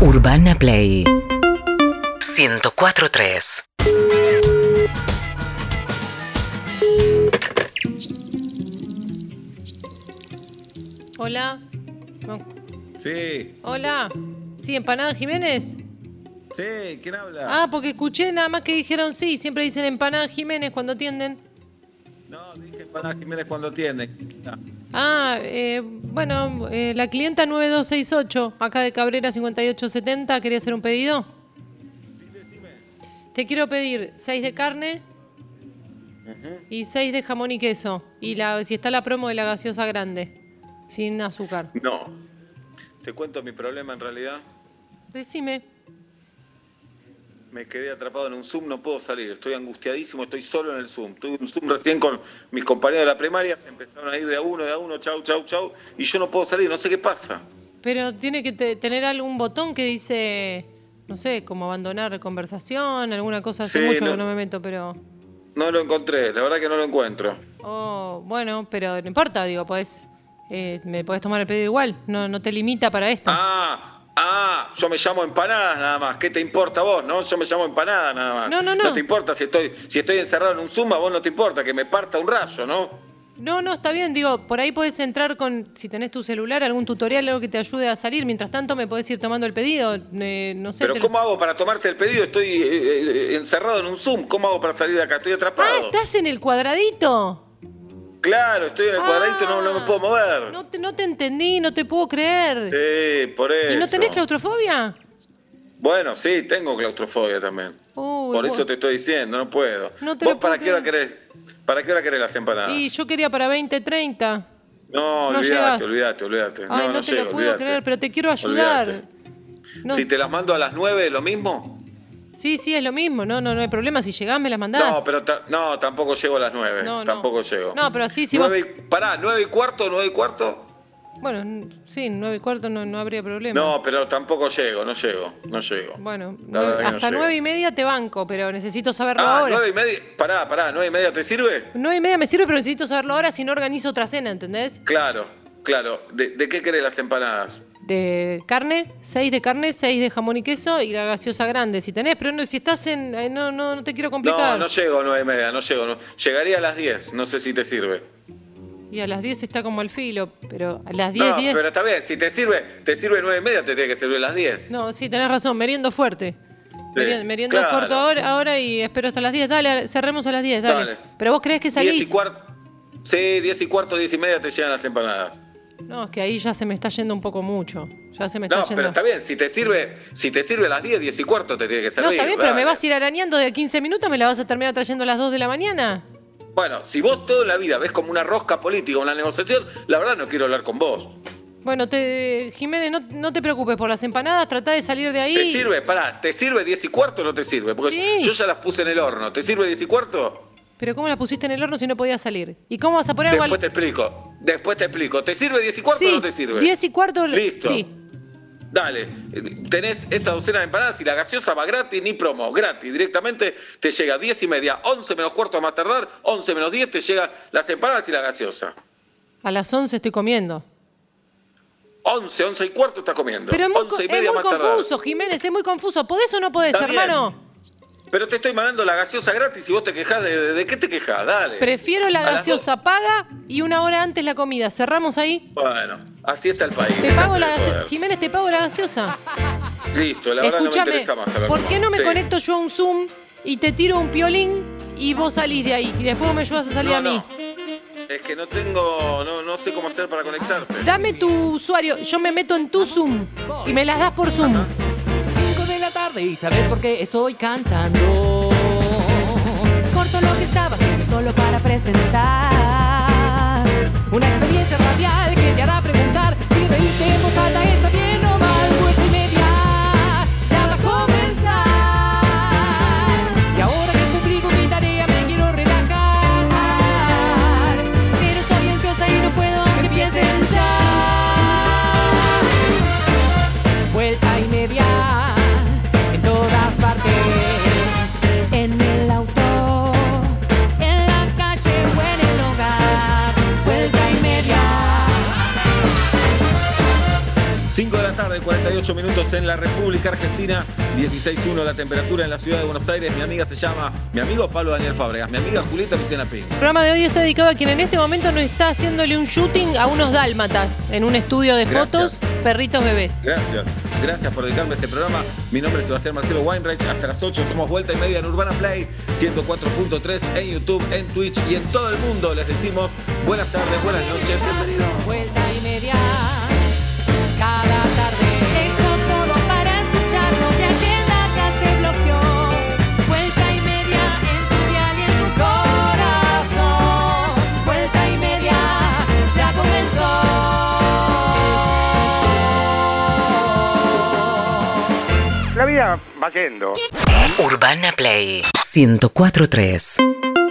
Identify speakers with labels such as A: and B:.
A: Urbana Play 104.3
B: Hola. No.
C: Sí,
B: Hola. Sí, empanada Jiménez.
C: sí, ¿quién habla?
B: Ah, porque escuché nada más que dijeron sí. Siempre dicen empanada Jiménez cuando atienden.
C: No, dije para Jiménez cuando tiene. Ah,
B: Ah, eh, bueno, eh, la clienta 9268, acá de Cabrera 5870, quería hacer un pedido. Te quiero pedir 6 de carne y 6 de jamón y queso. Y la, si está la promo de la gaseosa grande, sin azúcar.
C: No. Te cuento mi problema en realidad.
B: Decime.
C: Me quedé atrapado en un Zoom, no puedo salir. Estoy angustiadísimo, estoy solo en el Zoom. Tuve un Zoom recién con mis compañeros de la primaria, se empezaron a ir de a uno, de a uno, chau, chau, chau. Y yo no puedo salir, no sé qué pasa.
B: Pero tiene que te- tener algún botón que dice, no sé, como abandonar conversación, alguna cosa. Hace
C: Sí,
B: mucho
C: no.
B: que no me meto, pero.
C: No lo encontré, la verdad que no lo encuentro.
B: Oh, bueno, pero no importa, digo, pues. me podés tomar el pedido igual, no, no te limita para esto.
C: Ah, ah, yo me llamo empanadas nada más. ¿Qué te importa a vos, no? Yo me llamo empanada nada más.
B: No, no, no.
C: No te importa si estoy, si estoy encerrado en un Zoom, a vos no te importa que me parta un rayo, ¿no?
B: No, no, está bien, digo, por ahí podés entrar con, si tenés tu celular, algún tutorial, algo que te ayude a salir. Mientras tanto, me podés ir tomando el pedido, eh, no sé. te
C: Pero
B: lo-
C: ¿cómo hago para tomarte el pedido? Estoy eh, eh, encerrado en un Zoom. ¿Cómo hago para salir de acá? Estoy
B: Ah,
C: atrapado.
B: estás en el cuadradito.
C: Claro, estoy en el cuadradito, no, no me puedo mover.
B: Ah. No te, no te entendí, no te puedo creer.
C: Sí, por eso.
B: ¿Y no tenés claustrofobia?
C: Bueno, sí, tengo claustrofobia también.
B: Uy,
C: por
B: vos-
C: eso te estoy diciendo, no puedo.
B: No te
C: ¿Vos
B: lo puedo
C: para qué hora
B: creer.
C: querés? ¿Para qué hora querés las empanadas?
B: Y yo quería para 20, 30.
C: No,
B: No llegás.
C: olvídate, olvídate, olvídate.
B: Ay, no, te lo
C: llego,
B: puedo
C: olvídate.
B: creer, pero te quiero ayudar.
C: Olvídate.
B: No-
C: Si te las mando a las 9, ¿lo mismo?
B: Sí, sí, es lo mismo. No, no, no hay problema. Si llegás, me las mandás.
C: No, pero ta- no, tampoco llego a las 9.
B: No, no.
C: Tampoco llego.
B: No, pero sí, sí,
C: Nueve y- Pará, 9 y cuarto, 9 y cuarto.
B: Bueno, n- sí, nueve y cuarto no, no habría problema.
C: No, pero tampoco llego, no llego, no llego.
B: Bueno,
C: La verdad
B: nueve-
C: que no
B: hasta
C: llego.
B: nueve y media te banco, pero necesito saberlo
C: Ah,
B: ahora.
C: nueve y media. Pará, pará, nueve y media, ¿te sirve?
B: Nueve y media me sirve, pero necesito saberlo ahora si no organizo otra cena, ¿entendés?
C: Claro, claro. ¿De, de qué querés las empanadas?
B: De carne, seis de carne, seis de jamón y queso y la gaseosa grande, si tenés. Pero no, si estás en... eh, No, no, no te quiero
C: No,
B: complicar.
C: no llego a nueve y media, no llego. no- Llegaría a las 10, no sé si te sirve.
B: Y a las 10 está como al filo, pero a las 10,
C: No,
B: 10...
C: pero está bien, si te sirve, te sirve nueve y media, te tiene que servir las 10.
B: No, sí, tenés razón, meriendo fuerte.
C: Sí,
B: Merien- meriendo
C: claro.
B: fuerte ahora, ahora y espero hasta las 10. Dale, cerremos a las 10, dale.
C: Dale.
B: Pero vos crees que
C: Diez y
B: salís.
C: cuarto. Sí, 10 y cuarto, 10 y media te llegan las empanadas.
B: No, es que ahí ya se me está yendo un poco mucho. Ya se me está
C: No,
B: yendo.
C: pero está bien, si te sirve, si te sirve a las 10, 10 y cuarto te tiene que servir.
B: no, está bien, pero me
C: dale.
B: vas a ir arañando de 15 minutos, me la vas a terminar trayendo a las 2 de la mañana.
C: Bueno, si vos toda la vida ves como una rosca política una negociación, la verdad no quiero hablar con vos.
B: Bueno, te, Jiménez, no, no te preocupes por las empanadas, tratá de salir de ahí.
C: ¿Te sirve? Pará, ¿te sirve 10 y cuarto o no te sirve? Porque
B: Sí.
C: yo ya las puse en el horno. ¿Te sirve 10 y cuarto?
B: Pero ¿cómo las pusiste en el horno si no podías salir? ¿Y cómo vas a poner
C: Después
B: algo al-
C: te explico. Después te explico. ¿Te sirve 10 y cuarto
B: Sí,
C: o no te sirve?
B: 10 y cuarto.
C: Listo.
B: Sí.
C: Dale, tenés esa docena de empanadas y la gaseosa va gratis, ni promo, gratis. Directamente te llega a 10 y media, 11 menos cuarto a más tardar, 11 menos 10 te llegan las empanadas y la gaseosa.
B: A las 11 estoy comiendo.
C: 11, 11 y cuarto estás comiendo.
B: Pero es muy,
C: 11
B: co-
C: y
B: es
C: media
B: muy
C: más tardar.
B: confuso, Jiménez, es muy confuso. ¿Podés o no podés,
C: Está bien.
B: hermano?
C: Pero te estoy mandando la gaseosa gratis y vos te quejás. ¿De, de- de qué te quejás? Dale.
B: Prefiero la
C: A las
B: gaseosa paga y una hora antes la comida. Cerramos ahí.
C: dos. Bueno, así está el país.
B: Te pago la
C: Gracias,
B: gaseosa. Jiménez, te pago la gaseosa.
C: joder. Listo, la verdad no me
B: Escúchame,
C: interesa más. hablar
B: ¿por
C: con
B: qué
C: vos.
B: no me
C: Sí.
B: conecto yo a un Zoom y te tiro un piolín y vos salís de ahí? Y después me ayudas a salir
C: No,
B: a mí.
C: no. Es que no tengo. No, no sé cómo hacer para conectarte.
B: Dame tu usuario, yo me meto en tu Zoom y me las das por Zoom.
D: 5 de la tarde y saber por qué estoy cantando.
E: Corto lo que estaba haciendo solo para presentar.
D: Una experiencia radial que te hará preguntar si reírte en voz alta está bien o mal. Vuelta y media, ya va a comenzar. Y ahora que cumplí con mi tarea me quiero relajar.
E: Pero soy ansiosa y no puedo que empiecen ya.
D: Vuelta y media, en todas partes.
E: En el auto, en la calle o en el hogar. Vuelta y media.
C: 5 de la 38 minutos en la República Argentina, 16.1 la temperatura en la ciudad de Buenos Aires. Mi amiga se llama, mi amigo Pablo Daniel Fábregas, mi amiga Julieta Luciana Pink.
B: El programa de hoy está dedicado a quien en este momento no está haciéndole un shooting a unos dálmatas en un estudio de
C: Gracias.
B: fotos, perritos bebés.
C: Gracias, gracias por dedicarme a este programa. Mi nombre es Sebastián Marcelo Weinreich. Hasta las 8 somos vuelta y media en Urbana Play 104.3 en YouTube, en Twitch y en todo el mundo. Les decimos buenas tardes, buenas noches, bienvenidos.
D: Vuelta y media, cada tarde.
E: Dejo todo para escucharlo, mi agenda ya se bloqueó. Vuelta y media en tu dial y en tu corazón.
D: Vuelta y media, ya comenzó.
A: La vida va yendo.
F: Urbana Play 104.3